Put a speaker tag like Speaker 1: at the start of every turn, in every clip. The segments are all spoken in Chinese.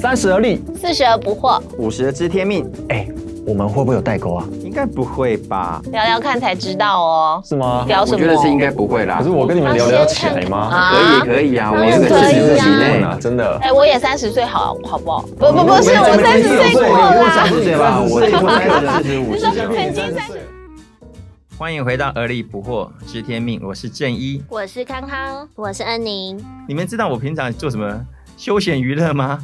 Speaker 1: 三十而立，
Speaker 2: 四十而不惑，
Speaker 3: 五十知天命，
Speaker 1: 哎，我们会不会有代沟啊？
Speaker 3: 应该不会吧？
Speaker 2: 聊聊看才知道哦。
Speaker 1: 是吗？
Speaker 2: 聊什
Speaker 4: 我
Speaker 2: 么？
Speaker 4: 觉得是应该不会啦
Speaker 1: 可是。我跟你们聊聊起来吗？
Speaker 2: 啊
Speaker 4: 可以可以啊，我
Speaker 2: 当
Speaker 4: 有
Speaker 2: 然
Speaker 4: 个
Speaker 2: 可
Speaker 4: 四
Speaker 2: 以
Speaker 4: 十
Speaker 2: 啊
Speaker 4: 自己
Speaker 1: 对
Speaker 4: 内
Speaker 1: 啊，真的。
Speaker 2: 哎、我也三十岁，好好不好？不不不是，
Speaker 1: 你
Speaker 2: 哦我
Speaker 1: 们
Speaker 2: 三
Speaker 1: 你
Speaker 2: 十
Speaker 1: 们
Speaker 2: 岁过
Speaker 1: 你
Speaker 2: 了
Speaker 1: 们
Speaker 2: 啦。
Speaker 4: 不对吧？我
Speaker 3: 我
Speaker 4: 我
Speaker 3: 三
Speaker 4: 三十四
Speaker 3: 十
Speaker 4: 十五
Speaker 2: 你
Speaker 4: 十
Speaker 2: 说
Speaker 4: 这样
Speaker 2: 曾经三十，
Speaker 3: 欢迎回到《而立不惑知天命》，我是正一。
Speaker 5: 我是康康，我是恩宁。
Speaker 3: 你们知道我平常做什么休闲娱乐吗？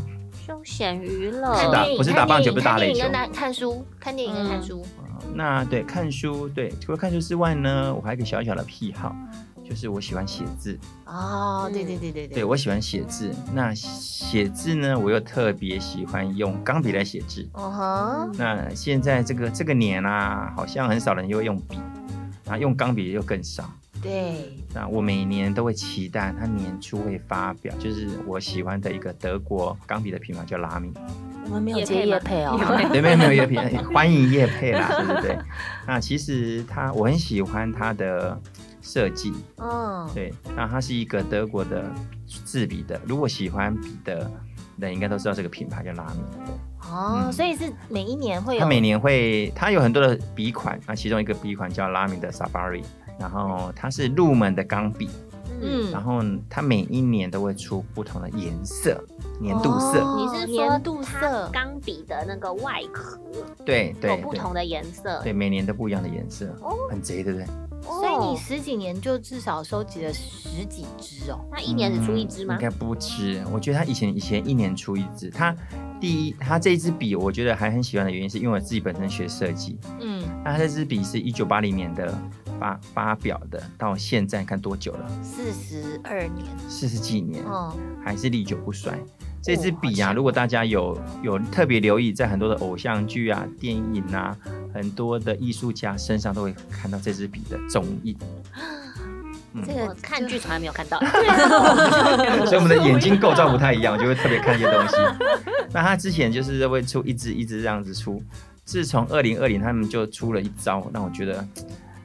Speaker 5: 休闲娱
Speaker 3: 是打
Speaker 5: 乐，
Speaker 3: 的不是打棒球不是打垒球
Speaker 6: 看电影跟看看书，看电影跟看书。
Speaker 3: 那对看书，对除了看书之外呢，我还有一个小小的癖好，就是我喜欢写字。
Speaker 6: 哦，
Speaker 4: 嗯
Speaker 6: 对对对对
Speaker 3: 对
Speaker 6: 对，
Speaker 3: 我喜欢写字，那写字呢，我又特别喜欢用钢笔来写字。
Speaker 6: 嗯哼，
Speaker 3: 那现在这个这个年啊，好像很少人又会用笔，啊，用钢笔又更少。
Speaker 6: 对，
Speaker 3: 那我每年都会期待它年初会发表，就是我喜欢的一个德国钢笔的品牌叫拉 米。
Speaker 6: 我们没有
Speaker 5: 也
Speaker 6: 接
Speaker 5: 配吗
Speaker 6: 叶配哦。
Speaker 3: 对，没有没有叶配，哎欢迎叶配啦，对不对？那其实它我很喜欢它的设计，
Speaker 6: 嗯，
Speaker 3: 对，那它是一个德国的制笔的，如果喜欢笔的人应该都知道这个品牌叫拉米。
Speaker 6: 哦，
Speaker 3: 嗯
Speaker 6: 所以是每一年会有
Speaker 3: 它每年会，它有很多的笔款，那其中一个笔款叫拉米的 Safari，然后它是入门的钢笔，
Speaker 6: 嗯
Speaker 3: 然后它每一年都会出不同的颜色、粘度色，
Speaker 6: 哦
Speaker 5: 你是说
Speaker 6: 年度
Speaker 5: 它
Speaker 6: 色？
Speaker 5: 钢笔的那个外壳
Speaker 3: 对对对，
Speaker 5: 有不同的哦颜色？
Speaker 3: 对，每年都不一样的颜色，很贼，对不对？
Speaker 6: 所以你十几年就至少收集了十几只哦。
Speaker 5: 那一年只出一支吗
Speaker 3: 应？该不止，我觉得他以前以前一年出一支，他第一他这一支笔，我觉得还很喜欢的原因是因为我自己本身学设计，
Speaker 6: 嗯，
Speaker 3: 那他这支笔是一九八零年的发发表的，到现在看多久了？
Speaker 6: 四十二年，
Speaker 3: 四十几年，
Speaker 6: 嗯，
Speaker 3: 还是历久不衰。这支笔
Speaker 6: 好
Speaker 3: 啊，
Speaker 6: 强
Speaker 3: 如果大家有有特别留意，在很多的偶像剧啊、电影啊，很多的艺术家身上都会看到这支笔的踪影。嗯
Speaker 6: 这个
Speaker 5: 我看剧从来没有看 到。
Speaker 6: 啊
Speaker 3: 所以我们的眼睛构造不太一样，就会特别看一些东西。那他之前就是会出一支一支这样子出，自从二零二零他们就出了一招，让我觉得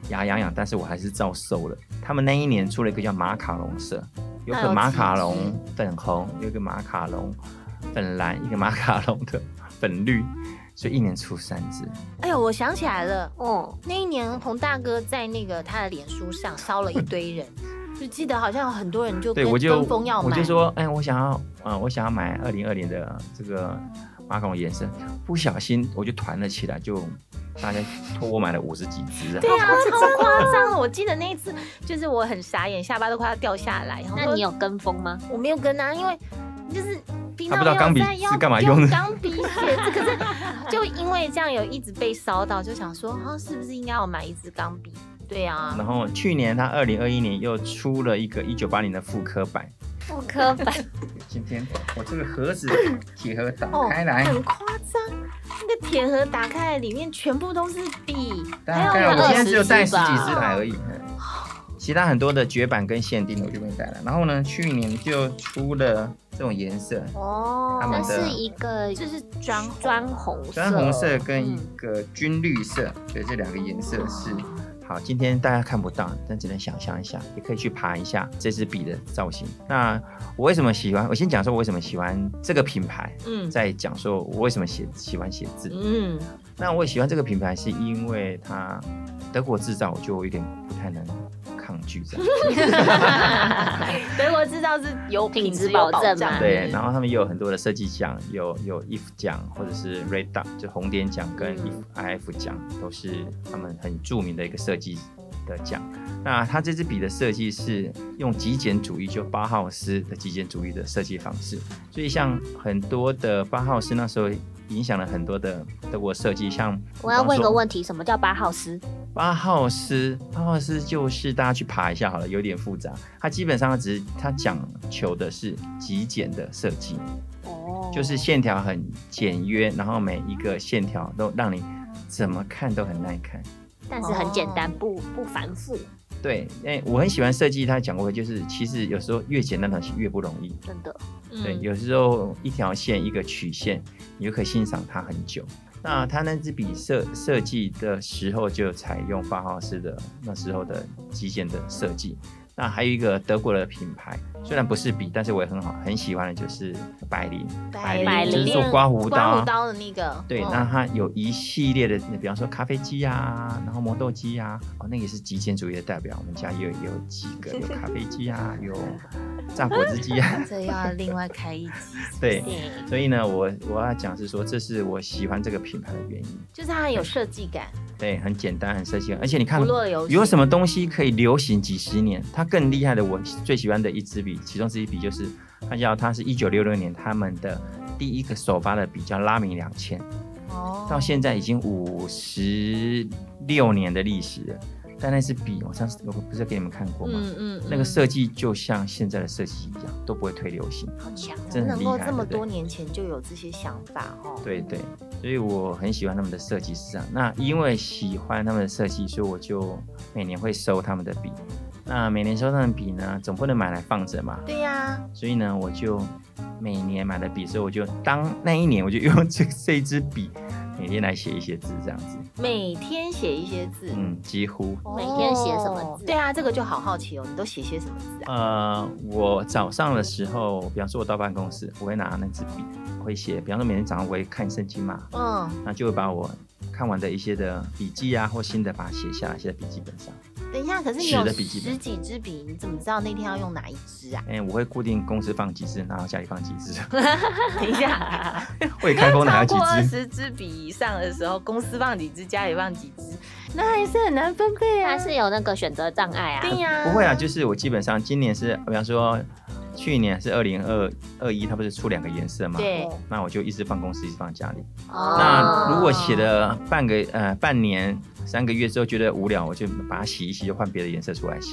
Speaker 3: 牙痒痒，但是我还是照收了。他们那一年出了一个叫马卡龙色，有
Speaker 6: 那
Speaker 3: 个
Speaker 6: 有
Speaker 3: 马
Speaker 6: 几
Speaker 3: 卡龙
Speaker 6: 支
Speaker 3: 粉红，有一个马卡龙粉蓝，一个马卡龙的粉绿，所以一年出三支。
Speaker 6: 哎呦，我想起来了，
Speaker 5: 哦，
Speaker 6: 那一年彭大哥在那个他的脸书上烧了一堆 人，就记得好像有很多人就
Speaker 3: 对，
Speaker 6: 跟
Speaker 3: 我就
Speaker 6: 跟风要买，
Speaker 3: 我就说，哎，我想要，呃，我想要买二零二零的这个
Speaker 6: 嗯
Speaker 3: 马卡龙颜色，不小心我就团了起来，就大家托我买了五十几只啊。
Speaker 6: 对啊，超夸张的！我记得那一次，就是我很傻眼，下巴都快要掉下来。然后
Speaker 5: 那你有跟风吗？
Speaker 6: 我没有跟啊，因为就是平
Speaker 3: 他
Speaker 6: 常
Speaker 3: 不知道钢笔
Speaker 6: 没有在用
Speaker 3: 是干嘛用的
Speaker 6: 用钢笔写字，可是就因为这样有一直被烧到，就想说啊，是不是应该要买一支钢笔？对啊
Speaker 3: 然，后去年他二零二一年又出了一个一九八零的复刻版。
Speaker 5: 不科本，
Speaker 3: 今天我这个盒 子铁盒打
Speaker 6: 哦
Speaker 3: 开来，
Speaker 6: 很夸张。那个铁盒打开来，里面全部都是笔，还有
Speaker 3: 大概
Speaker 6: 那
Speaker 3: 我
Speaker 6: 个
Speaker 3: 现在只有带十
Speaker 2: 20
Speaker 3: 几
Speaker 2: 吧
Speaker 3: 只来而
Speaker 6: 哦
Speaker 3: 已。嗯其他很多的绝版跟限定的我就没带了。然后呢，去年就出了这种颜色，
Speaker 6: 哦
Speaker 3: 他，
Speaker 5: 那
Speaker 3: 们的
Speaker 5: 是一个
Speaker 6: 就是砖
Speaker 5: 砖红色，
Speaker 3: 砖红色跟一个军绿色，所以这两个颜色是。嗯好，今天大家看不到，但只能想象一下，也可以去爬一下这支笔的造型。那我为什么喜欢？我先讲说我为什么喜欢这个品牌，
Speaker 6: 嗯
Speaker 3: 再讲说我为什么写喜欢写字。
Speaker 6: 嗯，
Speaker 3: 那我喜欢这个品牌是因为它德国制造，我就有点不太能抗拒这样。
Speaker 6: 德国制造是有
Speaker 5: 品质
Speaker 6: 质
Speaker 5: 保
Speaker 6: 有保
Speaker 5: 证
Speaker 6: 障
Speaker 5: 嘛
Speaker 6: 的
Speaker 3: 对，然后他们也有很多的设计奖，有有 IF 奖或者是 Red Dot，就红点奖跟
Speaker 5: 嗯
Speaker 3: IF、IF 奖都是他们很著名的一个设计的奖。那他这支笔的设计是用极简主义，就八号斯的极简主义的设计方式，所以像很多的八号斯那时候影响了很多的德国设计，像
Speaker 5: 我要问
Speaker 3: 比方
Speaker 5: 个
Speaker 3: 说
Speaker 5: 问题，什么叫八号丝？
Speaker 3: 八号诗，八号诗就是大家去爬一下好了，有点复杂。它基本上它只是它讲求的是极简的设计，
Speaker 5: 哦
Speaker 3: 就是线条很简约，然后每一个线条都让你怎么看都很耐看。
Speaker 5: 但是很简
Speaker 6: 哦
Speaker 5: 单，不不繁复，
Speaker 3: 对，哎，我很喜欢设计，他讲过就是其实有时候越简单的东西越不容易。
Speaker 5: 真的。
Speaker 6: 嗯
Speaker 3: 对，有时候一条线一个曲线，你就可以欣赏它很久。那他那支笔设设计的时候就采用八号式的那时候的极简的设计，那还有一个德国的品牌，虽然不是笔，但是我也很好很喜欢的就是百灵，
Speaker 5: 百
Speaker 3: 灵就是
Speaker 5: 灵
Speaker 3: 做刮胡刀
Speaker 6: 刮
Speaker 3: 啊
Speaker 6: 胡。刀的那个，
Speaker 3: 对，
Speaker 6: 嗯
Speaker 3: 那它有一系列的，比方说咖啡机啊，然后磨豆机啊，哦，那个也是极简主义的代表。我们家也有也有几 个，有咖啡机啊，有榨果汁机啊，
Speaker 6: 这要另外开一集，
Speaker 3: 对。
Speaker 5: 对，
Speaker 3: 所以呢，我我要讲是说，这是我喜欢这个品牌的原因。
Speaker 6: 就是它很有设计感，
Speaker 3: 对，很简单，很设计感，而且你看
Speaker 6: 不，落流
Speaker 3: 有什
Speaker 6: 么？
Speaker 3: 么东西可以流行几十年？它更厉害的，我最喜欢的一支笔，其中之一笔就是它叫它是一九六六年他们的第一个首发的笔叫拉米两千，
Speaker 6: 哦
Speaker 3: 到现在已经五十六年的历史了。但那支笔，我上次我不是给你们看过吗？
Speaker 6: 嗯嗯，
Speaker 3: 那个
Speaker 6: 设
Speaker 3: 设计就像现在的设计一样，都不会退流行。
Speaker 5: 好强。
Speaker 3: 真的很
Speaker 6: 能
Speaker 3: 厉
Speaker 6: 够
Speaker 3: 害
Speaker 6: 这
Speaker 3: 对
Speaker 6: 么
Speaker 3: 不对
Speaker 6: 多年前就有这些想法哦。
Speaker 3: 对对，所以我很喜欢他们的设计师长。那因为喜欢他们的设计，所以我就每年会收他们的笔。那每年收他们的笔呢，总不能买来放着嘛，
Speaker 6: 对呀，
Speaker 3: 所以呢，我就每年买的笔，所以我就当那一年我就用这 这一支笔，每天来写一些字这样子。
Speaker 6: 每天写一些字，
Speaker 3: 嗯，几乎。
Speaker 6: 哦
Speaker 5: 每天写什么字
Speaker 6: 对啊，这个就好好奇哦，你都写些什么字啊？
Speaker 3: 呃，我早上的时候，比方说我到办公室，我会拿那支笔，我会写。比方说每天早上我会看圣经嘛，
Speaker 6: 嗯，
Speaker 3: 那就会把我看完的一些的笔记啊或心得，把它写下来，写在笔记本上。
Speaker 6: 等一下，可是你
Speaker 3: 纸
Speaker 6: 有
Speaker 3: 的笔记本
Speaker 6: 十几支笔，你怎么知道那天要用哪一支啊？
Speaker 3: 哎、我会固定公司放几支，然后家里放几支，
Speaker 6: 等一下，
Speaker 3: 会开封拿
Speaker 6: 超
Speaker 3: 几
Speaker 6: 过二
Speaker 3: 支。
Speaker 6: 十支笔以上的时候，公司放几支，家里放几支，那还是很难分配啊
Speaker 5: 他。是有那个选择障碍啊，
Speaker 6: 对呀、
Speaker 3: 不会啊，就是我基本上今年是，比方说去年是二零二二一，它不是出两个颜色嘛？
Speaker 6: 对，
Speaker 3: 那我就一直放公司，一直放家里。
Speaker 5: 哦
Speaker 3: 那如果写了半个呃半年、三个月之后觉得无聊，我就把它洗一洗，就换别的颜色出来写。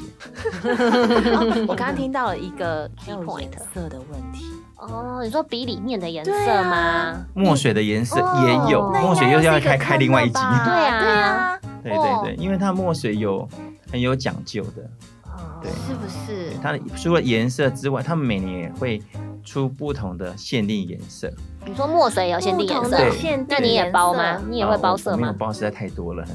Speaker 6: 哦我刚 刚听到了一个 key
Speaker 5: point
Speaker 6: 色的问题，
Speaker 5: 哦，你说笔里面的颜
Speaker 6: 对
Speaker 5: 色
Speaker 6: 啊
Speaker 5: 吗？
Speaker 3: 墨水的颜色
Speaker 5: 哦
Speaker 3: 也有，
Speaker 5: 那
Speaker 3: 墨水又要开开另外一集。
Speaker 5: 对啊
Speaker 6: 对啊，
Speaker 3: 对对对，因为它墨水有很有讲究的。对
Speaker 6: 是不是？
Speaker 3: 它的除了颜色之外，他们每年也会出不同的限定颜色。
Speaker 5: 你说墨水有限定颜
Speaker 6: 不
Speaker 5: 色
Speaker 6: 同
Speaker 3: 对
Speaker 6: 的，限定
Speaker 5: 那你也包吗
Speaker 6: 颜？色？
Speaker 5: 你也会包
Speaker 3: 啊
Speaker 5: 色
Speaker 3: 我没有
Speaker 5: 吗？
Speaker 3: 包实在太多了，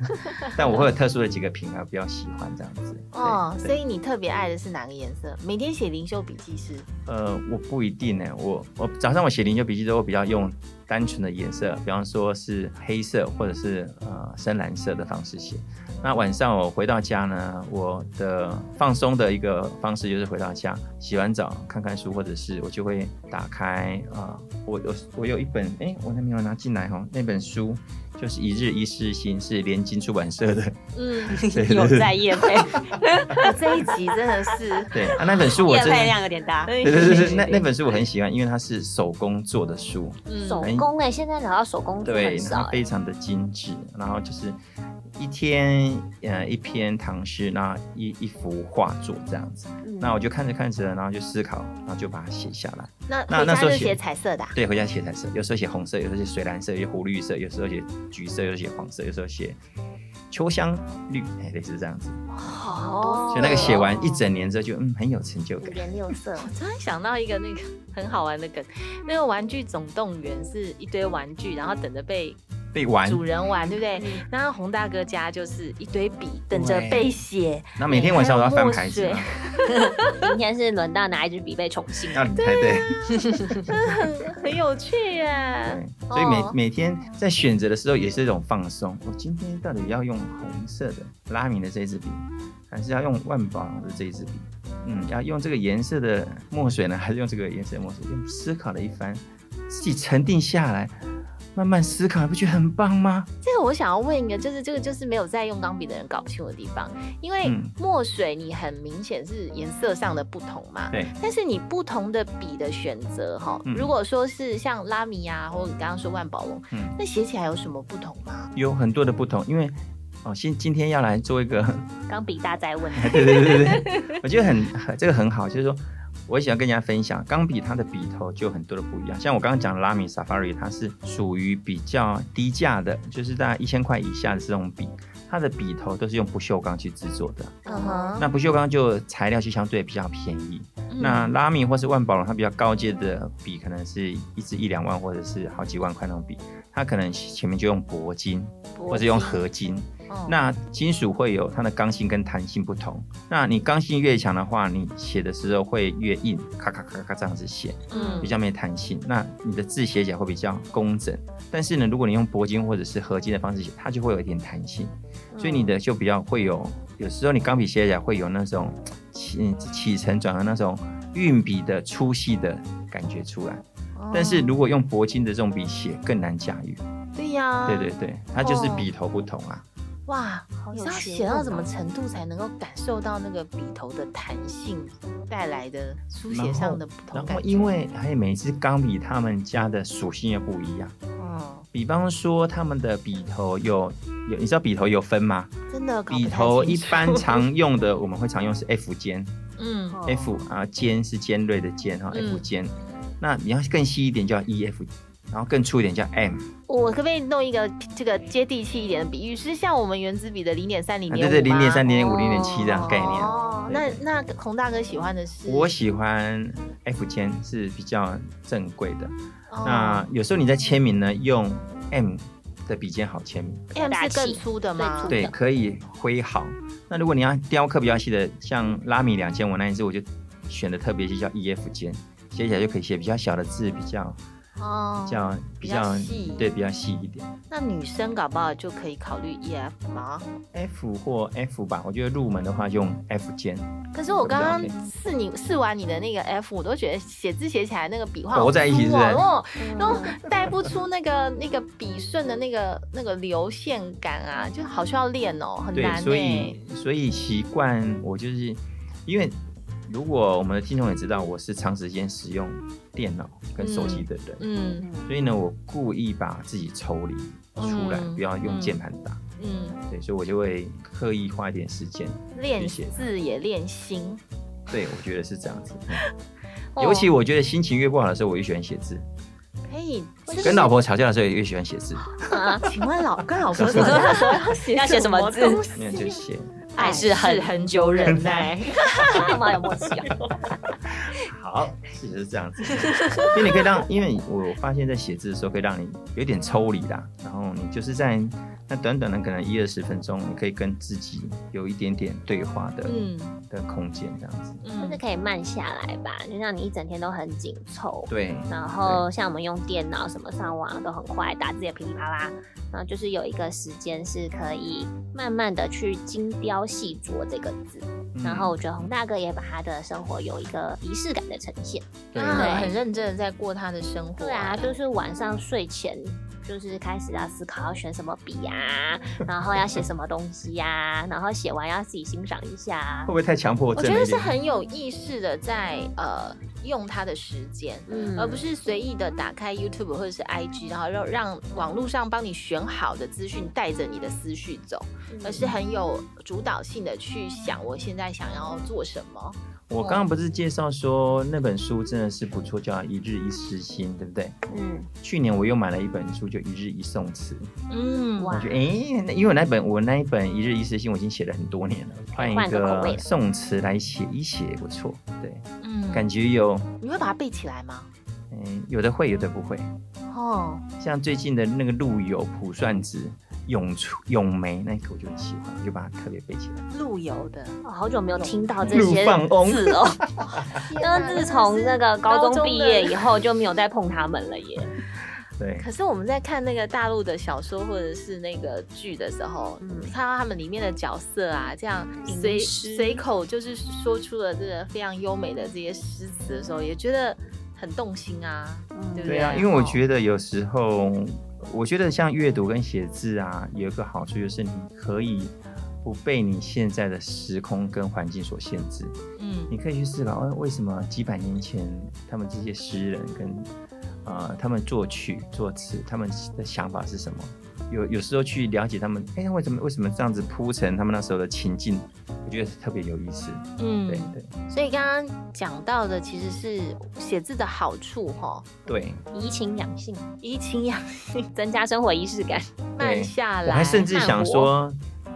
Speaker 3: 但我会有特殊的几个品牌比较喜欢这样子。对
Speaker 6: 哦，
Speaker 3: 对
Speaker 6: 所以你特别爱的是哪个颜色？每天写灵修笔记 是
Speaker 3: 呃，我不一定呢、我我早上我写灵修笔记都会比较用单纯的颜色，比方说是黑色或者是呃深蓝色的方式写。那晚上我回到家呢，我的放松的一个方式就是回到家，洗完澡看看书，或者是我就会打开啊、呃我有我有一本，哎、我那没有拿进来哈、哦，那本书就是《一日一诗心》，是联经出版社的，
Speaker 6: 嗯，
Speaker 3: 对
Speaker 7: 有在夜配，
Speaker 6: 这一集真的是
Speaker 3: 对啊，那本书我
Speaker 7: 夜
Speaker 3: 真
Speaker 7: 配
Speaker 3: 的。
Speaker 7: 量有点大。
Speaker 3: 对对对 对，那那本书我很喜欢，因为它是手工做的书，
Speaker 6: 嗯
Speaker 5: 手工哎，现在找到手工真的
Speaker 3: 哦对，
Speaker 5: 很
Speaker 3: 它
Speaker 5: 少哎
Speaker 3: 非。常的精致，然后就是一天呃一篇唐诗，然后一一幅画作这样子。
Speaker 5: 嗯
Speaker 3: 那我就看着看着，然后就思考，然后就把它写下来。
Speaker 6: 那
Speaker 3: 那
Speaker 6: 回
Speaker 3: 那
Speaker 6: 家
Speaker 3: 时候
Speaker 6: 是
Speaker 3: 写
Speaker 6: 写彩色的啊、
Speaker 3: 对，回家写彩色，有时候写红色，有时候写水蓝色，有时候湖绿色，有时候写橘色，有时候写黄色，有时候写秋香绿，哎，类似这样子。
Speaker 5: 哦
Speaker 3: 所以那个写完一整年之后就，嗯很有成就
Speaker 5: 五
Speaker 3: 感。
Speaker 5: 颜六色，
Speaker 6: 我突然想到一个那个很好玩的梗，那个《玩具总动员》是一堆玩具，然后等着被
Speaker 3: 被玩，嗯
Speaker 6: 主人玩，对不对？然后洪大哥家就是一堆笔，等着被写。
Speaker 3: 然后每天晚上我都要翻啊
Speaker 6: 墨
Speaker 3: 牌子
Speaker 6: 水
Speaker 3: 嘛，
Speaker 5: 今天是轮到哪一支笔被宠幸？
Speaker 3: 要排
Speaker 5: 啊
Speaker 3: 队。
Speaker 6: 很有趣耶。
Speaker 3: 对，所以每、每天在选择的时候也是一种放松。我今天到底要用红色的拉米的这一支笔，还是要用万宝的这一支笔？嗯，要用这个颜色的墨水呢，还是用这个颜色的墨水？用思考了一番，自己沉淀下来，慢慢思考，不觉得很棒吗？
Speaker 6: 这个我想要问一个，就是这个就是没有在用钢笔的人搞不清楚的地方，因为
Speaker 3: 嗯
Speaker 6: 墨水你很明显是颜色上的不同嘛。
Speaker 3: 对。
Speaker 6: 但是你不同的笔的选择哈，
Speaker 3: 嗯
Speaker 6: 如果说是像拉米啊，或者你刚刚说万宝龙，
Speaker 3: 嗯
Speaker 6: 那写起来有什么不同吗？
Speaker 3: 有很多的不同，因为哦，今今天要来做一个
Speaker 5: 钢笔大 灾问，
Speaker 3: 对对对对对，我觉得很很这个很好，就是说我喜欢跟人家分享，钢笔它的笔头就很多的不一样。像我刚刚讲的拉米 Safari，它是属于比较低价的，就是大概一千块以下的这种笔，它的笔头都是用不锈钢去制作的。
Speaker 6: 嗯哼，
Speaker 3: 那不锈钢就材料就相对比较便宜。那拉米或是万宝龙，它比较高阶的笔，可能是一支一两万或者是好几万块那种笔，它可能前面就用铂金
Speaker 6: 铂
Speaker 3: 或者用
Speaker 6: 金
Speaker 3: 合金。
Speaker 6: 嗯
Speaker 3: 那金属会有它的刚性跟弹性不同。那你刚性越强的话，你写的时候会越硬，咔咔咔咔这样子写，
Speaker 6: 嗯
Speaker 3: 比较没弹性。那你的字写起来会比较工整。但是呢，如果你用铂金或者是合金的方式写，它就会有一点弹性，所以你的就比较会有。有时候你钢笔写起来会有那种起起承转合那种运笔的粗细的感觉出来。
Speaker 5: 嗯
Speaker 3: 但是如果用铂金的这种笔写更难驾驭。
Speaker 6: 对呀，
Speaker 3: 对对对，它就是
Speaker 6: 哦
Speaker 3: 笔头不同啊。
Speaker 6: 哇，
Speaker 5: 好
Speaker 6: 你
Speaker 5: 有
Speaker 6: 知道
Speaker 5: 学
Speaker 6: 写到
Speaker 5: 问
Speaker 6: 什
Speaker 5: 哦
Speaker 6: 么程度才能够感受到那个笔头的弹性带来的书写上的不同
Speaker 3: 然
Speaker 6: 感
Speaker 3: 后
Speaker 6: 觉？
Speaker 3: 因为还有每一支钢笔，它们家的属性又不一样。
Speaker 6: 嗯，
Speaker 3: 比方说，它们的笔头有有，你知道笔头有分吗？
Speaker 6: 真的搞不
Speaker 3: 笔
Speaker 6: 太
Speaker 3: 头
Speaker 6: 清
Speaker 3: 一
Speaker 6: 楚
Speaker 3: 般常用的，我们会常用是 F 尖
Speaker 6: 嗯
Speaker 5: 哦
Speaker 3: ，F 啊尖是尖锐的尖哈、
Speaker 6: 嗯
Speaker 3: f 尖。那你要更细一点叫 E F，然后更粗一点叫 M。
Speaker 6: 我可不可以弄一个这个接地气一点的比喻？是像我们原子笔的零点三、零
Speaker 3: 啊，
Speaker 6: 点五
Speaker 3: 对对，零点三、零点五、
Speaker 5: 哦
Speaker 3: 零点七这样概念。
Speaker 6: 哦，那
Speaker 3: 对对
Speaker 6: 那孔大哥喜欢的是
Speaker 3: 我喜欢 F 尖是比较正规的。
Speaker 6: 哦
Speaker 3: 那有时候你在签名呢，用 M 的笔尖好签名。
Speaker 6: M
Speaker 5: 大
Speaker 6: 是更
Speaker 5: 气
Speaker 6: 粗的
Speaker 5: 最
Speaker 6: 吗
Speaker 5: 粗？
Speaker 3: 对，
Speaker 5: 的
Speaker 3: 可以挥毫。那如果你要雕刻比较细的，像拉米两千，我那一只我就选的特别细，叫 E F 尖，写起来就可以写比较小的字，比较
Speaker 6: 哦
Speaker 3: 比，较比
Speaker 6: 比较细
Speaker 3: 对，比较细一点。
Speaker 6: 那女生搞不好就可以考虑 EF 吗？
Speaker 3: F 或 F 吧，我觉得入门的话用 F 尖，
Speaker 6: 可是我刚刚
Speaker 3: 对不
Speaker 6: 试你试完你的那个 F，我都觉得写字写起来那个笔画
Speaker 3: 合在一起是不是
Speaker 6: 哦，都
Speaker 5: 嗯
Speaker 6: 带不出那个那个笔顺的那个那个流线感啊，就好需要练哦，很
Speaker 3: 对，
Speaker 6: 难
Speaker 3: 所
Speaker 6: 呢
Speaker 3: 以。所以习惯我就是因为如果我们的听众也知道，我是长时间使用电脑跟手机的人，
Speaker 6: 嗯
Speaker 3: 所以呢，我故意把自己抽离出来，
Speaker 6: 嗯
Speaker 3: 不要用键盘打。
Speaker 6: 嗯，
Speaker 3: 对，所以我就会刻意花一点时间。
Speaker 6: 练
Speaker 3: 理解
Speaker 6: 字也练心，
Speaker 3: 对，我觉得是这样子。嗯
Speaker 6: 哦
Speaker 3: 尤 其我觉得心情越不好的时候，我越喜欢写字。
Speaker 6: 可以
Speaker 3: 跟老。婆吵架的时候，也越喜欢写字。
Speaker 6: 请问老跟老婆吵架的时候 要写
Speaker 5: 要写什么字
Speaker 6: 东
Speaker 3: 没有就
Speaker 6: 西？
Speaker 3: 写。
Speaker 5: 爱是很
Speaker 6: 很久 忍耐。
Speaker 5: 干嘛有默契啊？
Speaker 3: 好，其实是这样子。因为你可以让，因为我发现在写字的时候，可以让你有点抽离啦。然后你就是在那短短的可能一二十分钟，你可以跟自己有一点点对话的、
Speaker 6: 嗯
Speaker 3: 的空间，这样子。
Speaker 5: 就是
Speaker 6: 嗯，
Speaker 5: 可以慢下来吧，就像你一整天都很紧凑，
Speaker 3: 对，
Speaker 6: 嗯
Speaker 5: 然后像我们用电脑什么上网都很快，打字也噼里啪啦，然后就是有一个时间是可以慢慢的去精雕细琢这个字，
Speaker 3: 嗯
Speaker 5: 然后我觉得洪大哥也把他的生活有一个仪式感的呈现。
Speaker 3: 对
Speaker 6: 他
Speaker 5: 对
Speaker 6: 很很认真的在过他的生活。
Speaker 5: 对啊，就是晚上睡前就是开始要思考要选什么笔啊，然后要写什么东西呀、然后写完要自己欣赏一下啊
Speaker 3: 会不。会太强迫
Speaker 6: 我
Speaker 3: 症
Speaker 6: 觉
Speaker 3: 了
Speaker 6: 得
Speaker 3: 一点？
Speaker 6: 是很有意识的在呃用他的时间。
Speaker 5: 嗯
Speaker 6: 而不是随意的打开 YouTube 或者是 IG，然后让让网络上帮你选好的资讯带着你的思绪走，而是很有主导性的去想我现在想要做什么。
Speaker 3: 我刚刚不是介绍说那本书真的是不错，叫《一日一诗心》，对不对？
Speaker 5: 嗯，
Speaker 3: 去年我又买了一本书，就《一日一宋词》。
Speaker 6: 嗯，
Speaker 5: 哇
Speaker 3: 我觉得，诶，那因为我那本我那一本《一日一诗心》我已经写了很多年了，换一
Speaker 5: 换个口味
Speaker 3: 个宋词来写一写也不错。对，
Speaker 6: 嗯
Speaker 3: 感觉有，
Speaker 6: 你会把它背起来吗？
Speaker 3: 嗯，有的会，有的不会。
Speaker 6: 哦，
Speaker 3: 像最近的那个陆游《卜算子》。咏春咏梅那个我就很喜欢，我就把它特别背起来。
Speaker 6: 路由的，
Speaker 5: 哦好久没有听到这
Speaker 3: 陆
Speaker 5: 些
Speaker 3: 放翁
Speaker 5: 字 哦。那自从那个高中毕业
Speaker 6: 以
Speaker 5: 以后，就没有再碰他们了耶。
Speaker 3: 对，
Speaker 6: 可是我们在看那个大陆的小说或者是那个剧的时候，
Speaker 5: 嗯
Speaker 6: 看到他们里面的角色啊，这样
Speaker 5: 吟
Speaker 6: 随
Speaker 5: 诗
Speaker 6: 随口就是说出了这个非常优美的这些诗词的时候，也觉得很动心啊，
Speaker 5: 嗯
Speaker 6: 对不
Speaker 3: 对啊，因为我觉得有时候，我觉得像阅读跟写字啊，有一个好处就是你可以不被你现在的时空跟环境所限制，
Speaker 6: 嗯
Speaker 3: 你可以去思考，哎，为什么几百年前他们这些诗人跟呃他们作曲作词，他们的想法是什么？有有时候去了解他们，哎，为什么为什么这样子铺陈他们那时候的情境，我觉得特别有意思。对
Speaker 6: 嗯，
Speaker 3: 对
Speaker 6: 所以刚刚讲到的其实是写字的好处哈，
Speaker 3: 对，
Speaker 5: 怡情养性，
Speaker 6: 怡情养
Speaker 5: 增加生活仪式感。
Speaker 6: 慢下来，
Speaker 3: 我还甚至
Speaker 6: 慢
Speaker 3: 想哎
Speaker 6: 活
Speaker 3: 说，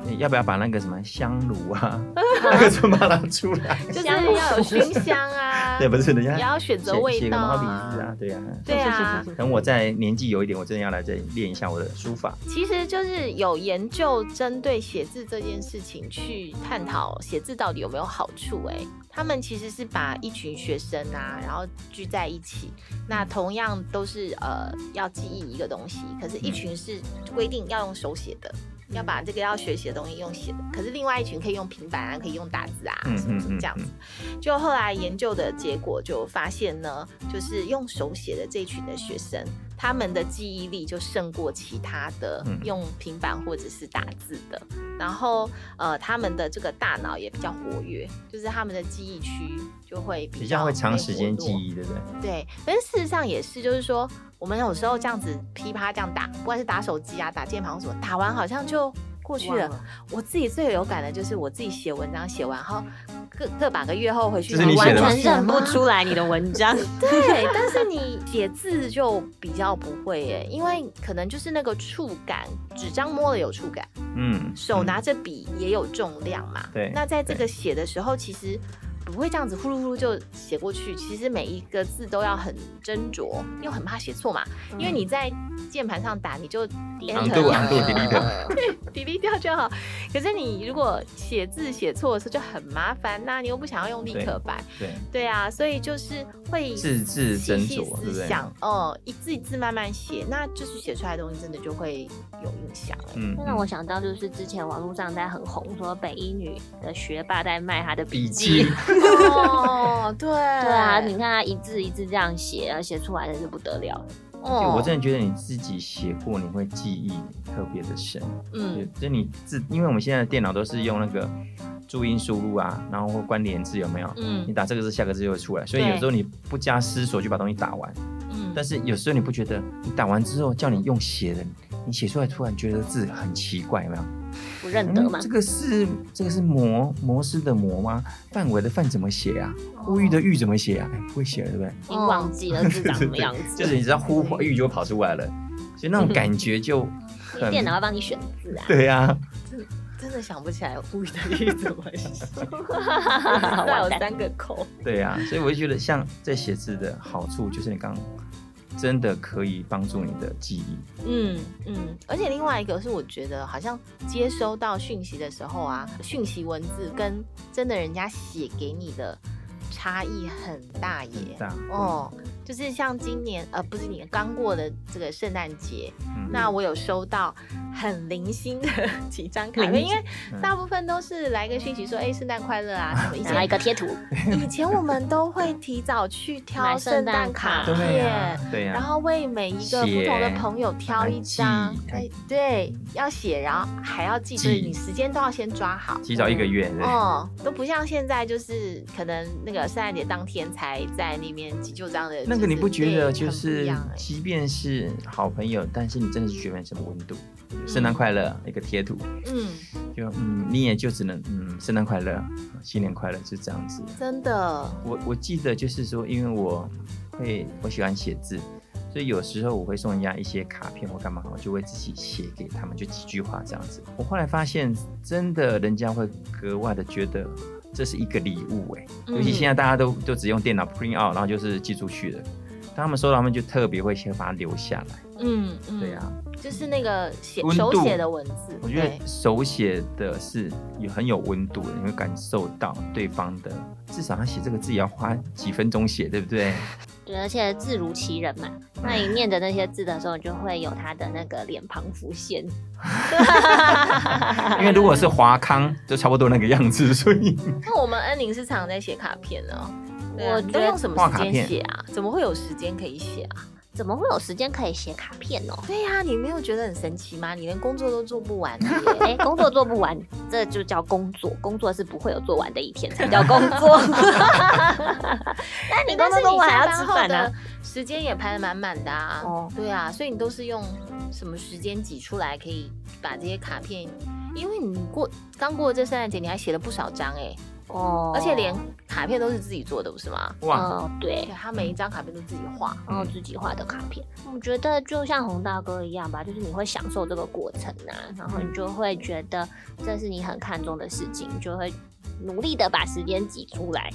Speaker 3: 呃要不要把那个什么香炉啊，那个就把它拿出来。
Speaker 6: 就是
Speaker 5: 香
Speaker 6: 要有熏香 啊，
Speaker 3: 对，不是人
Speaker 6: 也
Speaker 3: 家
Speaker 6: 要选择
Speaker 3: 写
Speaker 6: 味
Speaker 3: 写个
Speaker 6: 道
Speaker 3: 毛笔字啊，对呀、
Speaker 6: 对啊，
Speaker 3: 等我在年纪有一点，我真的要来这里练一下我的书法。
Speaker 6: 其实就是有研究针对写字这件事情去探讨写字到底有没有好处、欸。他们其实是把一群学生啊，然后聚在一起，那同样都是呃要记忆一个东西，可是一群是规定要用手写的。要把这个要学习的东西用写的，可是另外一群可以用平板啊，可以用打字啊，
Speaker 3: 嗯
Speaker 6: 什么
Speaker 3: 嗯
Speaker 6: 什么这样子。就后来研究的结果就发现呢，就是用手写的这群的学生，他们的记忆力就胜过其他的
Speaker 3: 嗯
Speaker 6: 用平板或者是打字的。然后呃，他们的这个大脑也比较活跃，就是他们的记忆区就会比较
Speaker 3: 比较会长
Speaker 6: 被
Speaker 3: 时
Speaker 6: 活
Speaker 3: 间
Speaker 6: 络
Speaker 3: 记忆，对不对？
Speaker 6: 对，但是事实上也是，就是说，我们有时候这样子噼啪这样打，不管是打手机啊、打键盘或什么，打完好像就过去了。我自己最有感的就是我自己写文章写完后，个个把个月后回去，
Speaker 3: 这是你写
Speaker 5: 完
Speaker 3: 的吗
Speaker 5: 全认不 出来你的文 章。
Speaker 6: 对，但是你写字就比较不会耶，因为可能就是那个触感，纸张摸了有触感，
Speaker 3: 嗯，
Speaker 6: 手拿着笔也有重量嘛。
Speaker 3: 对
Speaker 6: 那在这个
Speaker 3: 对
Speaker 6: 写的时候，其实不会这样子呼噜呼噜就写过去，其实每一个字都要很斟酌，因为很怕写错嘛。
Speaker 3: 嗯
Speaker 6: 因为你在键盘上打，你就
Speaker 3: Undo
Speaker 6: enter
Speaker 3: ，undo delete，
Speaker 6: delete 掉就好。可是你如果写字写错的时候就很麻烦呐、你又不想要用立刻白，
Speaker 3: 对，
Speaker 6: 对啊，所以就是会
Speaker 3: 字字斟
Speaker 6: 细细
Speaker 3: 酌对不
Speaker 6: 思
Speaker 3: 对
Speaker 6: 想，嗯，一字一字慢慢写，那就是写出来的东西真的就会有印象。
Speaker 3: 嗯
Speaker 5: 那，让我想到就是之前网络上在很红，说北一女的学霸在卖她的
Speaker 3: 笔
Speaker 5: 笔
Speaker 3: 记
Speaker 5: 记。
Speaker 6: 哦，对，
Speaker 5: 对啊，你看她一字一字这样写，而写出来真是不得了。
Speaker 6: 哦
Speaker 3: 我真的觉得你自己写过，你会记忆特别的深。就
Speaker 6: 嗯，
Speaker 3: 就你字，因为我们现在的电脑都是用那个注音输入啊，然后或关联字有没有？
Speaker 6: 嗯
Speaker 3: 你打这个字，下个字就会出来，所以
Speaker 6: 对
Speaker 3: 有时候你不加思索就把东西打完。
Speaker 6: 嗯
Speaker 3: 但是有时候你不觉得，你打完之后叫你用写的，你写出来突然觉得字很奇怪，有没有？
Speaker 5: 不认得
Speaker 3: 嗯
Speaker 5: 嘛？
Speaker 3: 这个是这个是模模式的模吗？范围的范怎么写啊？呼吁
Speaker 6: 哦
Speaker 3: 的吁怎么写啊？哎，不会写了，对不对？
Speaker 5: 已经忘记了是长什么样子。
Speaker 3: 哦 就是你只要呼吁就跑出来了，所以那种感觉 就
Speaker 5: 因为
Speaker 3: 很
Speaker 5: 电脑要帮你选字啊。
Speaker 3: 对呀、
Speaker 6: 真的想不起来物语的意怎么写，
Speaker 5: 完
Speaker 6: 再有
Speaker 5: 蛋
Speaker 6: 三个口。
Speaker 3: 对呀、所以我就觉得像在写字的好处就是你刚真的可以帮助你的记忆，
Speaker 6: 嗯嗯，而且另外一个是，我觉得好像接收到讯息的时候啊，讯息文字跟真的人家写给你的差异很大耶。
Speaker 3: 很大
Speaker 6: 哦，就是像今年呃，不是你刚过的这个圣诞节，
Speaker 3: 嗯
Speaker 6: 那我有收到很零星的 几张卡片，因为
Speaker 3: 嗯
Speaker 6: 大部分都是来个讯息说，哎、圣诞快乐啊什么。以
Speaker 5: 然后一个
Speaker 6: 前
Speaker 5: 贴图，
Speaker 6: 以前我们都会提早去挑
Speaker 5: 买
Speaker 6: 圣
Speaker 5: 圣
Speaker 6: 诞
Speaker 5: 诞
Speaker 6: 卡
Speaker 5: 卡
Speaker 6: 片。
Speaker 3: 对啊呀、对呀、
Speaker 6: 然后为每一个不
Speaker 3: 写
Speaker 6: 同的朋友挑一张
Speaker 3: 还，记
Speaker 6: 哎对，要写，然后还要记，就是
Speaker 3: 记
Speaker 6: 你时间都要先抓好。
Speaker 3: 提早一个月，对不对，
Speaker 6: 哦，都不像现在，就是可能那个圣诞节当天才在那边急救章的。
Speaker 3: 那个你
Speaker 6: 就是
Speaker 3: 不觉得
Speaker 6: 对
Speaker 3: 就
Speaker 6: 很不一
Speaker 3: 是
Speaker 6: 样，哎
Speaker 3: 即便是好朋友，但是你真的是觉得没什么温度。圣诞快乐一个贴图，
Speaker 6: 嗯，
Speaker 3: 就嗯，你也就只能嗯，圣诞快乐，新年快乐是这样子。
Speaker 6: 真的，
Speaker 3: 我我记得就是说，因为我会我喜欢写字，所以有时候我会送人家一些卡片或干嘛，我就会自己写给他们，就几句话这样子。我后来发现，真的人家会格外的觉得这是一个礼物哎、尤其现
Speaker 6: 嗯
Speaker 3: 在大家都都只用电脑 print out，然后就是寄出去了。当他们收到，他们就特别会先把它留下来。
Speaker 6: 嗯嗯，
Speaker 3: 对呀、啊
Speaker 6: 就是那个写
Speaker 3: 温
Speaker 6: 手
Speaker 3: 度
Speaker 6: 写的文字，
Speaker 3: 我觉
Speaker 6: 对
Speaker 3: 得手写的是有很有温度的，你会感受到对方的，至少他写这个字也要花几分钟写，对不对？
Speaker 5: 对，而且字如其人嘛。那你念着那些字的时候，你就会有他的那个脸庞浮现。
Speaker 3: 因为如果是华康，就差不多那个样子，所 以
Speaker 6: 那我们恩宁是常常在写卡片的哦，对啊
Speaker 5: 我
Speaker 6: 你
Speaker 5: 觉
Speaker 6: 都用
Speaker 5: 得
Speaker 6: 什么
Speaker 3: 画
Speaker 6: 时
Speaker 3: 卡
Speaker 6: 间
Speaker 3: 片
Speaker 6: 写啊？怎么会有时间可以写啊？
Speaker 5: 怎么会有时间可以写卡片哦？
Speaker 6: 对呀、你没有觉得很神奇吗？你连工作都做不 完耶，
Speaker 5: 哎，工作做不完，这就叫工作。工作是不会有做完的一天，才叫工作。 那你工
Speaker 6: 但
Speaker 5: 作
Speaker 6: 是你
Speaker 5: 做完还
Speaker 6: 下
Speaker 5: 要
Speaker 6: 班
Speaker 5: 吃
Speaker 6: 后
Speaker 5: 饭
Speaker 6: 的
Speaker 5: 呢？
Speaker 6: 时间也排得满满的啊。
Speaker 5: 哦
Speaker 6: 对啊，所以你都是用什么时间挤出来可以把这些卡片？因为你过刚过这圣诞节，你还写了不少张哎、
Speaker 5: 哦，
Speaker 6: 而且嗯连卡片都是自己做的，不是吗？
Speaker 3: 哇，
Speaker 5: 哦，对
Speaker 6: 对，，他每一张卡片都自己画。
Speaker 5: 然后自己画的卡片。我觉得就像洪大哥一样吧，就是你会享受这个过程啊，然后你就会觉得这是你很看重的事情，就会努力的把时间挤出来。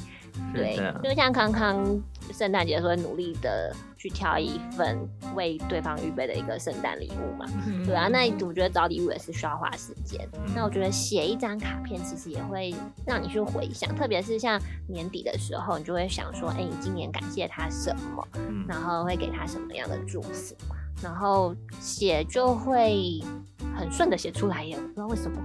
Speaker 5: 对
Speaker 3: 是的，，
Speaker 5: 就像康康圣诞节的时候努力的去挑一份为对方预备的一个圣诞礼物
Speaker 6: 嗯
Speaker 5: 嘛。对啊，那我觉得找礼物也是需要花时间。那我觉得写一张卡片，其实也会让你去回想，特别是像年底的时候，你就会想说，哎、你今年感谢他什么，
Speaker 3: 嗯
Speaker 5: 然后会给他什么样的祝福，然后写就会很顺的写出来耶，我不知道为什么，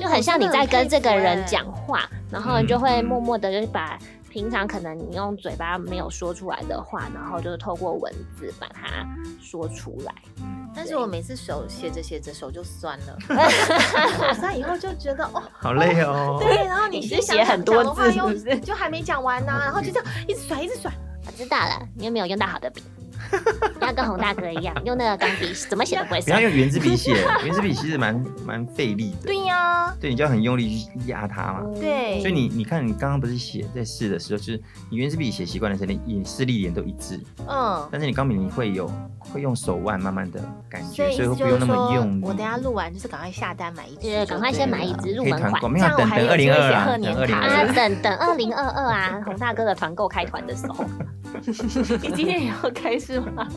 Speaker 5: 就很像你在跟这个人讲话，然后
Speaker 3: 嗯
Speaker 5: 你就会默默的就是把。平常可能你用嘴巴没有说出来的话，然后就是透过文字把它说出来。
Speaker 6: 但是
Speaker 5: 对
Speaker 6: 我每次手写着写着手就酸 了，手酸以后就觉得哦，
Speaker 3: 好累 哦。
Speaker 6: 对，然后你
Speaker 2: 你是
Speaker 6: 心想
Speaker 2: 写很多
Speaker 6: 想的话
Speaker 2: 字
Speaker 6: 又
Speaker 2: 是不是
Speaker 6: 就还没讲完呢、然后就这样一直甩，一直甩，
Speaker 5: 我知道了，你又没有用到好的笔，不要跟洪大哥一样用那个钢笔，怎么写都不会
Speaker 3: 不要
Speaker 5: 算。
Speaker 3: 用圆珠笔写， 圆珠笔其实蛮蛮费力的。
Speaker 6: 对呀、
Speaker 3: 对，你就要很用力去压它嘛。
Speaker 5: 嗯
Speaker 6: 对
Speaker 3: 所以你你看，你刚刚不是写在试的时候，就是你圆珠笔写习惯的时候，你你视力点都一致，
Speaker 6: 嗯。
Speaker 3: 但是你钢笔你会有会用手腕慢慢的感
Speaker 6: 所
Speaker 3: 觉，
Speaker 6: 以意
Speaker 3: 所
Speaker 6: 思
Speaker 3: 会
Speaker 6: 就
Speaker 3: 不用
Speaker 6: 是
Speaker 3: 那
Speaker 6: 说
Speaker 3: 么用，力。
Speaker 6: 我等下录完就是赶快下单买一
Speaker 5: 就
Speaker 6: 支就对了，
Speaker 5: 是赶快先买一支入
Speaker 3: 可以
Speaker 5: 门
Speaker 3: 团购，
Speaker 5: 款
Speaker 3: 没有啊
Speaker 6: 这
Speaker 3: 等
Speaker 6: 样我还
Speaker 3: 等
Speaker 6: 有
Speaker 3: 二零
Speaker 6: 机会
Speaker 3: 二
Speaker 6: 写
Speaker 3: 啦，
Speaker 6: 贺
Speaker 3: 等
Speaker 6: 年
Speaker 3: 二零
Speaker 6: 卡
Speaker 5: 啊
Speaker 3: 二。，
Speaker 5: 等等，二零二二啊，洪大哥的团购开团的时候，
Speaker 6: 你今天也要开是吗？
Speaker 3: 啊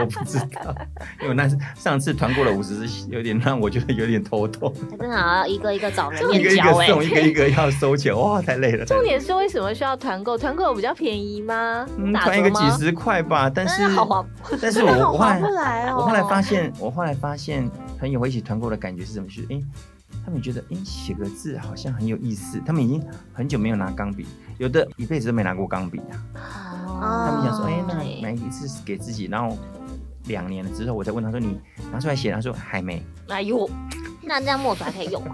Speaker 3: 我不知道，因为我那上次团购了五十支，有点让我觉得有点头痛，
Speaker 5: 还真好要一个一个找人
Speaker 3: 一个
Speaker 5: 面
Speaker 3: 一
Speaker 5: 交
Speaker 3: 个
Speaker 5: 哎、
Speaker 3: 送，一个一个要收钱， 哇，太累了。太累
Speaker 6: 重
Speaker 3: 了
Speaker 6: 点是为什么需要团购？团购比较便宜吗？
Speaker 3: 嗯，
Speaker 5: 打折
Speaker 3: 团一个
Speaker 5: 吗
Speaker 3: 几十块吧，但是
Speaker 5: 嗯，好划，
Speaker 3: 但是
Speaker 6: 真的
Speaker 3: 我我
Speaker 6: 好
Speaker 3: 后
Speaker 6: 划
Speaker 3: 来
Speaker 6: 不来哦。
Speaker 3: 我后来发现，我后来发现朋友会一起团购的感觉是什么？是哎、诶他们觉得哎写、个字好像很有意思，他们已经很久没有拿钢笔，有的一辈子都没拿过钢笔啊。
Speaker 5: 嗯
Speaker 3: 他们想说，哎、
Speaker 6: 哦
Speaker 3: 那买一次给自己，然后两年了之后，我再问他说你拿出来写，他说还没
Speaker 6: 哎呦，
Speaker 5: 那这样墨水还可以用哦，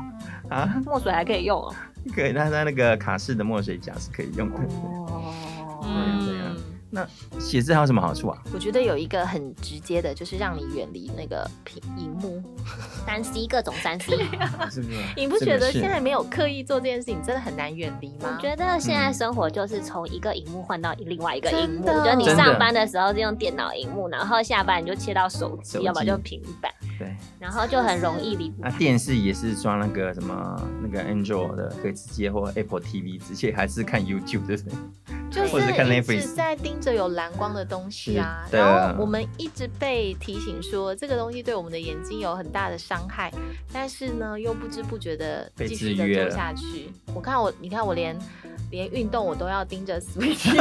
Speaker 3: 啊，
Speaker 5: 墨水还可以用哦。
Speaker 3: 可以，那他那个卡式的墨水夹是可以用
Speaker 5: 哦
Speaker 3: 的。
Speaker 6: 嗯，
Speaker 3: 对啊写字还有什么好处啊？
Speaker 6: 我觉得有一个很直接的，就是让你远离那个屏荧幕。
Speaker 5: 三 C 各种 三 C，
Speaker 3: 是不是？
Speaker 6: 你不觉
Speaker 3: 真的
Speaker 6: 得
Speaker 3: 是
Speaker 6: 现在没有刻意做这件事情，真的很难远离吗
Speaker 5: 我？觉得现在生活就是从一个荧幕换到另外一个荧幕，
Speaker 6: 真的
Speaker 5: 就是你
Speaker 3: 真的
Speaker 5: 上班的时候是用电脑荧幕，然后下班你就切到手
Speaker 3: 手
Speaker 5: 机，
Speaker 3: 机哎
Speaker 5: 要不然就平板，
Speaker 3: 对？
Speaker 5: 然后就很容 易离不
Speaker 3: 那
Speaker 5: 开。
Speaker 3: 电视也是装那个什么那个 Android 的，可以直接或 Apple TV 直接，还是看 YouTube 对不对？
Speaker 6: 就
Speaker 3: 或者是看
Speaker 6: 一
Speaker 3: Netflix
Speaker 6: 直在盯着有蓝光的东西啊，
Speaker 3: 是的
Speaker 6: 然后我们一直被提醒说这个东西对我们的眼睛有很大的伤害，但是呢又不知不觉的
Speaker 3: 被
Speaker 6: 继续
Speaker 3: 制
Speaker 6: 的
Speaker 3: 约
Speaker 6: 做
Speaker 3: 了
Speaker 6: 下去。我看我，你看我连连运动我都要盯 着 Switch，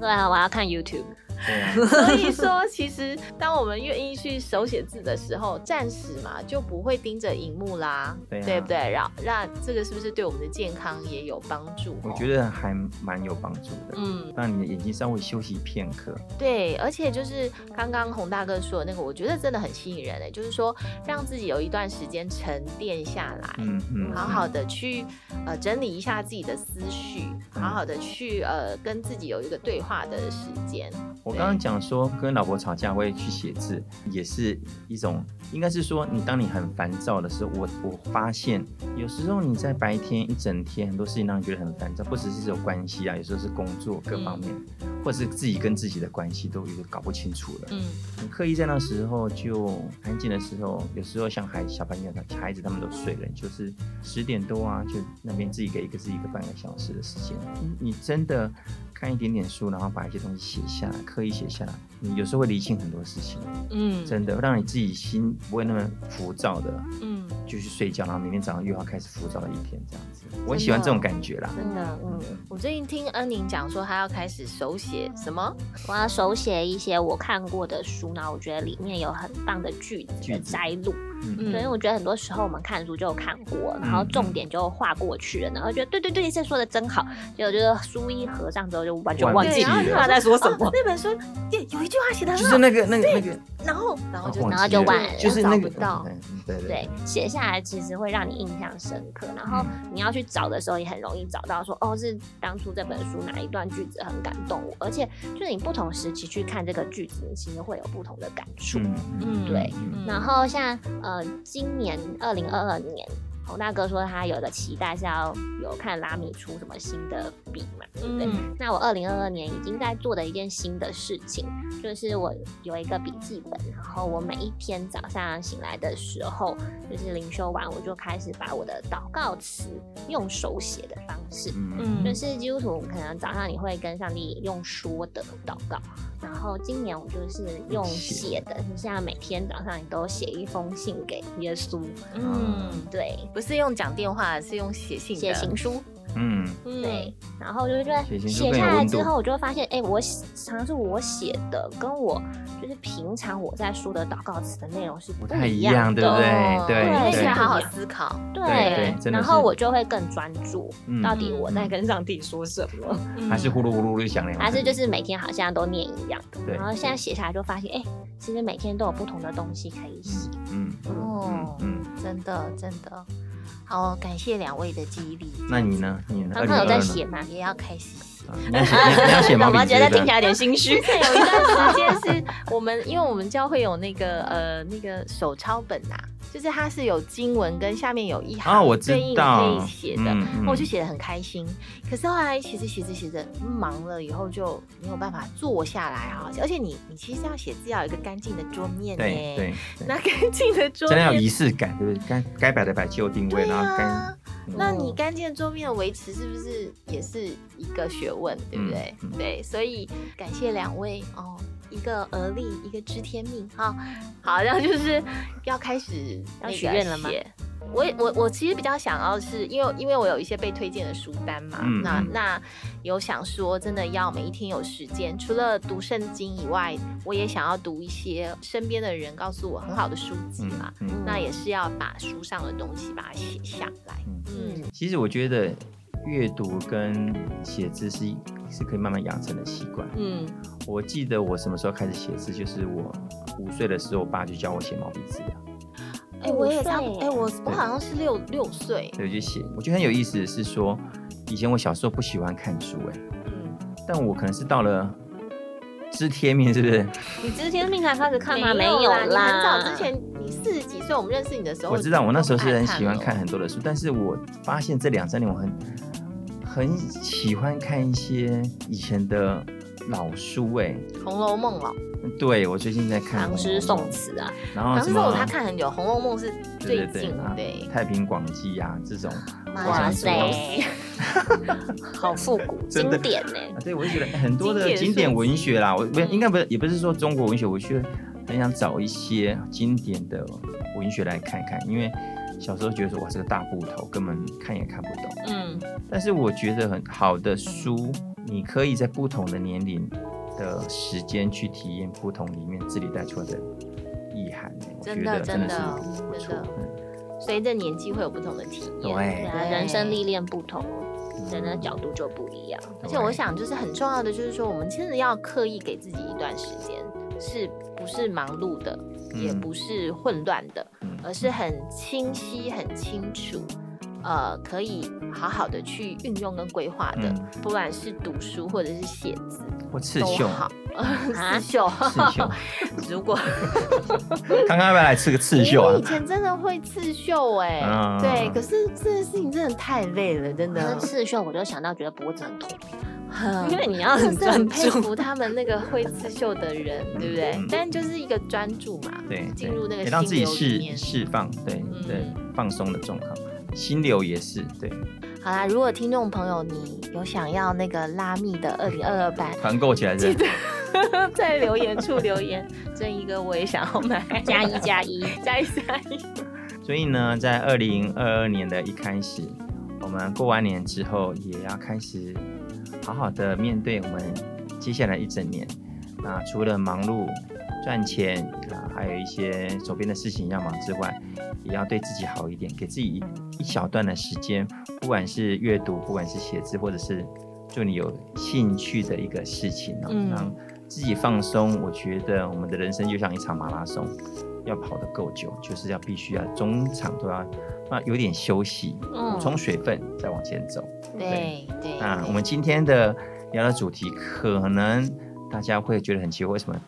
Speaker 5: 对啊，我要看 YouTube。
Speaker 3: 对啊，
Speaker 6: 所以说其实当我们愿意去手写字的时候，暂时嘛就不会盯着荧幕啦，
Speaker 3: 对啊
Speaker 6: 不对？然后那这个是不是对我们的健康也有帮助哦？
Speaker 3: 我觉得还蛮有帮助的，
Speaker 6: 嗯。
Speaker 3: 让你的眼睛稍微休息片刻。
Speaker 6: 对，而且就是刚刚洪大哥说的那个，我觉得真的很吸引人诶、欸就是说让自己有一段时间沉淀下来，
Speaker 3: 嗯嗯，
Speaker 6: 好好的去呃整理一下自己的思绪，
Speaker 3: 嗯
Speaker 6: 好好的去呃跟自己有一个对话的时间。
Speaker 3: 我刚刚讲说跟老婆吵架会去写字，也是一种，应该是说你当你很烦躁的时候，我我发现有时候你在白天一整天很多事情让你觉得很烦躁，不只是有关系啊，有时候是工作各方
Speaker 6: 嗯
Speaker 3: 面，或者是自己跟自己的关系都有点搞不清楚了。
Speaker 6: 嗯，
Speaker 3: 你刻意在那时候就安静的时候，有时候像孩小朋友、孩子他们都睡了，就是十点多啊，就那边自己给一个自己一个半个小时的时间，
Speaker 6: 嗯
Speaker 3: 你真的看一点点书，然后把一些东西写下来，刻意写下来，你有时候会理清很多事情，
Speaker 6: 嗯
Speaker 3: 真的让你自己心不会那么浮躁的，
Speaker 6: 嗯，
Speaker 3: 就去睡觉，然后明天早上又要开始浮躁的一天这样子。我很喜欢这种感觉啦。
Speaker 6: 真的。
Speaker 5: 嗯，
Speaker 6: 我最近听恩宁讲说，她要开始手写什么？
Speaker 5: 我要手写一些我看过的书，然后我觉得里面有很棒的句子
Speaker 3: 句
Speaker 5: 的
Speaker 3: 子
Speaker 5: 摘录。
Speaker 3: 嗯，
Speaker 5: 对，因为我觉得很多时候我们看书就看过，然后重点就划过去了，然后觉得对对对，这说的真好，结果就是书一合上之后就完全忘
Speaker 3: 忘
Speaker 5: 记
Speaker 3: 记了
Speaker 5: 他在说什么
Speaker 6: 哦，那本书耶有一句话写的
Speaker 3: 就
Speaker 6: 很
Speaker 3: 是
Speaker 6: 好，
Speaker 3: 那个那个那哦个，
Speaker 6: 然后然后就
Speaker 5: 然
Speaker 3: 忘
Speaker 5: 后
Speaker 3: 记
Speaker 5: 就
Speaker 3: 了
Speaker 5: 忘了
Speaker 3: 就是那个
Speaker 6: 找不到
Speaker 3: 嗯对对
Speaker 5: 对，写下来其实会让你印象深刻，然
Speaker 3: 嗯
Speaker 5: 后你要去找的时候也很容易找到说，哦，是当初这本书哪一段句子很感动我，而且就是你不同时期去看这个句子，你其实会有不同的感触。
Speaker 3: 嗯嗯
Speaker 6: 嗯
Speaker 5: 对
Speaker 3: 嗯
Speaker 5: 然后像呃，今年二零二二年，洪大哥说他有的期待是要有看拉米出什么新的笔嘛，对不对？
Speaker 6: 嗯
Speaker 5: 那我二零二二年已经在做的一件新的事情，就是我有一个笔记本，然后我每一天早上醒来的时候，就是灵修完，我就开始把我的祷告词用手写的方式
Speaker 3: 嗯
Speaker 6: 嗯，
Speaker 5: 就是基督徒可能早上你会跟上帝用说的祷告，然后今年我就是用写的，就像每天早上你都写一封信给耶稣，
Speaker 6: 嗯，
Speaker 5: 对，
Speaker 6: 不是用讲电话，是用写信的
Speaker 5: 写情书，
Speaker 3: 嗯，
Speaker 5: 对
Speaker 6: 嗯，，
Speaker 5: 然后我就觉
Speaker 3: 写
Speaker 5: 得
Speaker 3: 情书
Speaker 5: 写
Speaker 3: 更有
Speaker 5: 下来
Speaker 3: 温
Speaker 5: 之
Speaker 3: 度
Speaker 5: 后，我就会发现，哎、我写常是我写的，跟我就是平常我在说的祷告词的内容是
Speaker 3: 不
Speaker 5: 不
Speaker 3: 太一
Speaker 5: 一
Speaker 3: 样，
Speaker 5: 样
Speaker 3: 对不对？
Speaker 6: 哦
Speaker 5: 对
Speaker 3: 对
Speaker 6: 需
Speaker 5: 对
Speaker 6: 要好好思考。
Speaker 3: 对真的
Speaker 5: 然
Speaker 3: 是
Speaker 5: 后我就会更专注，
Speaker 3: 嗯
Speaker 5: 到底我在跟上帝说什么。
Speaker 6: 嗯
Speaker 3: 还是呼噜呼噜就响了，
Speaker 5: 还是就是每天好像都念一样的，
Speaker 3: 嗯对
Speaker 5: 然后现在写下来就发现，哎、其实每天都有不同的东西可以写。
Speaker 3: 嗯嗯
Speaker 6: 哦，
Speaker 3: 嗯，
Speaker 6: 真的真的，好，感谢两位的激励，
Speaker 3: 那你呢？你呢？
Speaker 5: 刚刚有在
Speaker 3: 2022
Speaker 5: 写
Speaker 3: 呢，
Speaker 5: 吗？
Speaker 6: 也要开心。
Speaker 3: 啊你要写你要你要写毛
Speaker 2: 怎
Speaker 3: 笔
Speaker 2: 么
Speaker 3: 字
Speaker 2: 觉得
Speaker 3: 这一
Speaker 2: 听
Speaker 3: 段
Speaker 2: 起来有点心虚？
Speaker 6: 对，有一段时间是我们，因为我们教会有那个呃那个手抄本啊，就是它是有经文跟下面有一行
Speaker 3: 啊，我知
Speaker 6: 对应你
Speaker 3: 道
Speaker 6: 可以写的，
Speaker 3: 嗯嗯
Speaker 6: 我就写的很开心。可是后来写着写着写着忙了以后就没有办法坐下来哈、而且你你其实要写字要有一个干净的桌面
Speaker 3: 对
Speaker 6: 呢，
Speaker 3: 对，对
Speaker 6: 那干净的桌
Speaker 3: 真的要
Speaker 6: 面
Speaker 3: 仪式感，对不对？该该摆的摆，就定位，
Speaker 6: 对
Speaker 3: 然后该嗯
Speaker 6: 啊，那你干净的桌面的维持是不是也是一个学问，对不对？
Speaker 3: 嗯嗯
Speaker 6: 对，所以感谢两位哦，一个而立，一个知天命哈、好，然后就是要 开始
Speaker 5: 要
Speaker 6: 那个
Speaker 5: 许愿了吗
Speaker 6: 写？我我我其实比较想要是因为因为我有一些被推荐的书单嘛，
Speaker 3: 嗯
Speaker 6: 那
Speaker 3: 嗯
Speaker 6: 那有想说真的要每一天有时间，除了读圣经以外，我也想要读一些身边的人告诉我很好的书籍
Speaker 3: 嗯
Speaker 6: 嘛。
Speaker 3: 嗯。
Speaker 6: 那也是要把书上的东西把它写下来。嗯
Speaker 5: 嗯，
Speaker 3: 其实我觉得阅读跟写字是是可以慢慢养成的习惯。
Speaker 6: 嗯
Speaker 3: 我记得我什么时候开始写字，就是我五岁的时候，我爸就教我写毛笔字啊，
Speaker 6: 哎、我也差不
Speaker 5: 五
Speaker 6: 多，
Speaker 5: 岁
Speaker 6: 哎、我我好像是六六岁，
Speaker 3: 对，我就写。我觉得很有意思的是说，以前我小时候不喜欢看书、哎，
Speaker 6: 嗯，
Speaker 3: 但我可能是到了知天命，是不是？
Speaker 5: 你之前命才开始看吗？没
Speaker 6: 有
Speaker 5: 有
Speaker 6: 你很
Speaker 5: 啦，
Speaker 6: 早之前，你四十几岁，我们认识你的时候，
Speaker 3: 我知道我那时候是很喜欢
Speaker 6: 就
Speaker 3: 看
Speaker 6: 爱
Speaker 3: 很多的书，但是我发现这两三年我很很喜欢看一些以前的老书、哎。
Speaker 6: 了《红楼梦》了，
Speaker 3: 哦对，我最近在看《
Speaker 5: 唐诗宋，词啊，
Speaker 3: 然
Speaker 6: 好
Speaker 3: 后
Speaker 6: 像
Speaker 3: 什
Speaker 6: 是
Speaker 3: 么
Speaker 6: 我他看很久，《红楼梦》是最
Speaker 3: 对对对
Speaker 6: 近
Speaker 3: 啊
Speaker 6: 对
Speaker 3: 《太平广记》啊这种，
Speaker 5: 哇
Speaker 6: 哇
Speaker 5: 塞，好复古，
Speaker 3: 真
Speaker 5: 经
Speaker 3: 的
Speaker 5: 典呢、
Speaker 3: 啊，对我就觉得哎很多
Speaker 6: 经
Speaker 3: 的
Speaker 6: 典
Speaker 3: 经典
Speaker 6: 书籍
Speaker 3: 文学啦，我不
Speaker 6: 嗯
Speaker 3: 应该不是也不是说中国文学，我去很想找一些经典的文学来看看，因为小时候觉得说哇这个大部头根本看也看不懂，
Speaker 6: 嗯，
Speaker 3: 但是我觉得很好的书，你可以在不同的年龄的时间去体验不同里面自己带出来的意涵，我觉
Speaker 6: 真的
Speaker 3: 得真的是
Speaker 6: 真的
Speaker 3: 不错
Speaker 6: 真的。
Speaker 3: 嗯
Speaker 6: 随着年纪会有不同的体验，
Speaker 3: 对
Speaker 5: 对啊，
Speaker 6: 对
Speaker 5: 人生历练不同，哦人的角度就不一样。
Speaker 6: 而且我想，就是很重要的，就是说，我们真的要刻意给自己一段时间，是不是忙碌的，
Speaker 3: 嗯
Speaker 6: 也不是混乱的，
Speaker 3: 嗯
Speaker 6: 而是很清晰、很清楚，呃，可以好好的去运用跟规划的，
Speaker 3: 嗯
Speaker 6: 不管是读书或者是写字
Speaker 3: 或刺
Speaker 6: 都
Speaker 3: 绣，
Speaker 6: 好。
Speaker 5: 啊
Speaker 6: 刺绣，
Speaker 3: 刺 绣，
Speaker 6: 如果
Speaker 3: 刚刚要不要来吃个刺绣
Speaker 6: 因为
Speaker 3: 啊
Speaker 6: 以？前真的会刺绣哎、
Speaker 3: 嗯
Speaker 6: 对，可是这件事情真的太累了，真
Speaker 5: 可
Speaker 6: 的
Speaker 5: 是。刺绣我就想到觉得脖子很痛，
Speaker 6: 很
Speaker 5: 因为你要
Speaker 6: 真
Speaker 5: 很
Speaker 6: 的
Speaker 5: 专
Speaker 6: 很佩
Speaker 5: 注。
Speaker 6: 服他们那个会刺绣的人，对不对
Speaker 3: 嗯？
Speaker 6: 但就是一个专注嘛，
Speaker 3: 对，
Speaker 6: 进
Speaker 3: 对
Speaker 6: 入那个
Speaker 3: 也让自己
Speaker 6: 心流里面嗯
Speaker 3: 释释放，对对，放松的状况，心流也是对，
Speaker 6: 好啦，如果听众朋友你有想要那个拉密的二零二二版，
Speaker 3: 团购起来是
Speaker 6: 记。 在留言处留言，正一哥我也想要买，
Speaker 5: 加一加一，
Speaker 6: 加一加一，
Speaker 3: 所以呢，在二零二二年的一开始，我们过完年之后，也要开始好好的面对我们接下来一整年。那除了忙碌赚钱啊，还有一些手边的事情要忙之外，也要对自己好一点，给自己一一小段的时间，不管是阅读，不管是写字，或者是做你有兴趣的一个事情啊，
Speaker 6: 嗯
Speaker 3: 让自己放松。我觉得我们的人生就像一场马拉松，要跑得够久，就是要必须要中场都要那有点休息，补充水分，再往前走。
Speaker 6: 对
Speaker 3: 对
Speaker 6: 对，
Speaker 3: 那我们今天的聊的主题，可能大家会 觉得很奇怪，为什么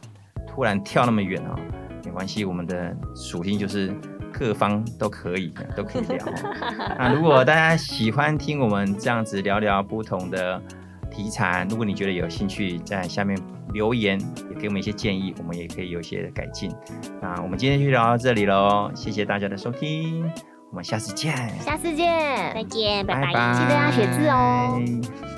Speaker 3: 突然跳那么远啊、没关系，我们的属性就是各方都可以，都可以聊。 那如果大家喜欢听我们这样子聊聊不同的题材，如果你觉得有兴趣，在下面留言也给我们一些建议，我们也可以有一些改进。那我们今天就聊到这里喽，谢谢大家的收听，我们下次见，
Speaker 5: 下次见，再见，拜
Speaker 3: 拜
Speaker 5: 记得要写字哦。
Speaker 3: 拜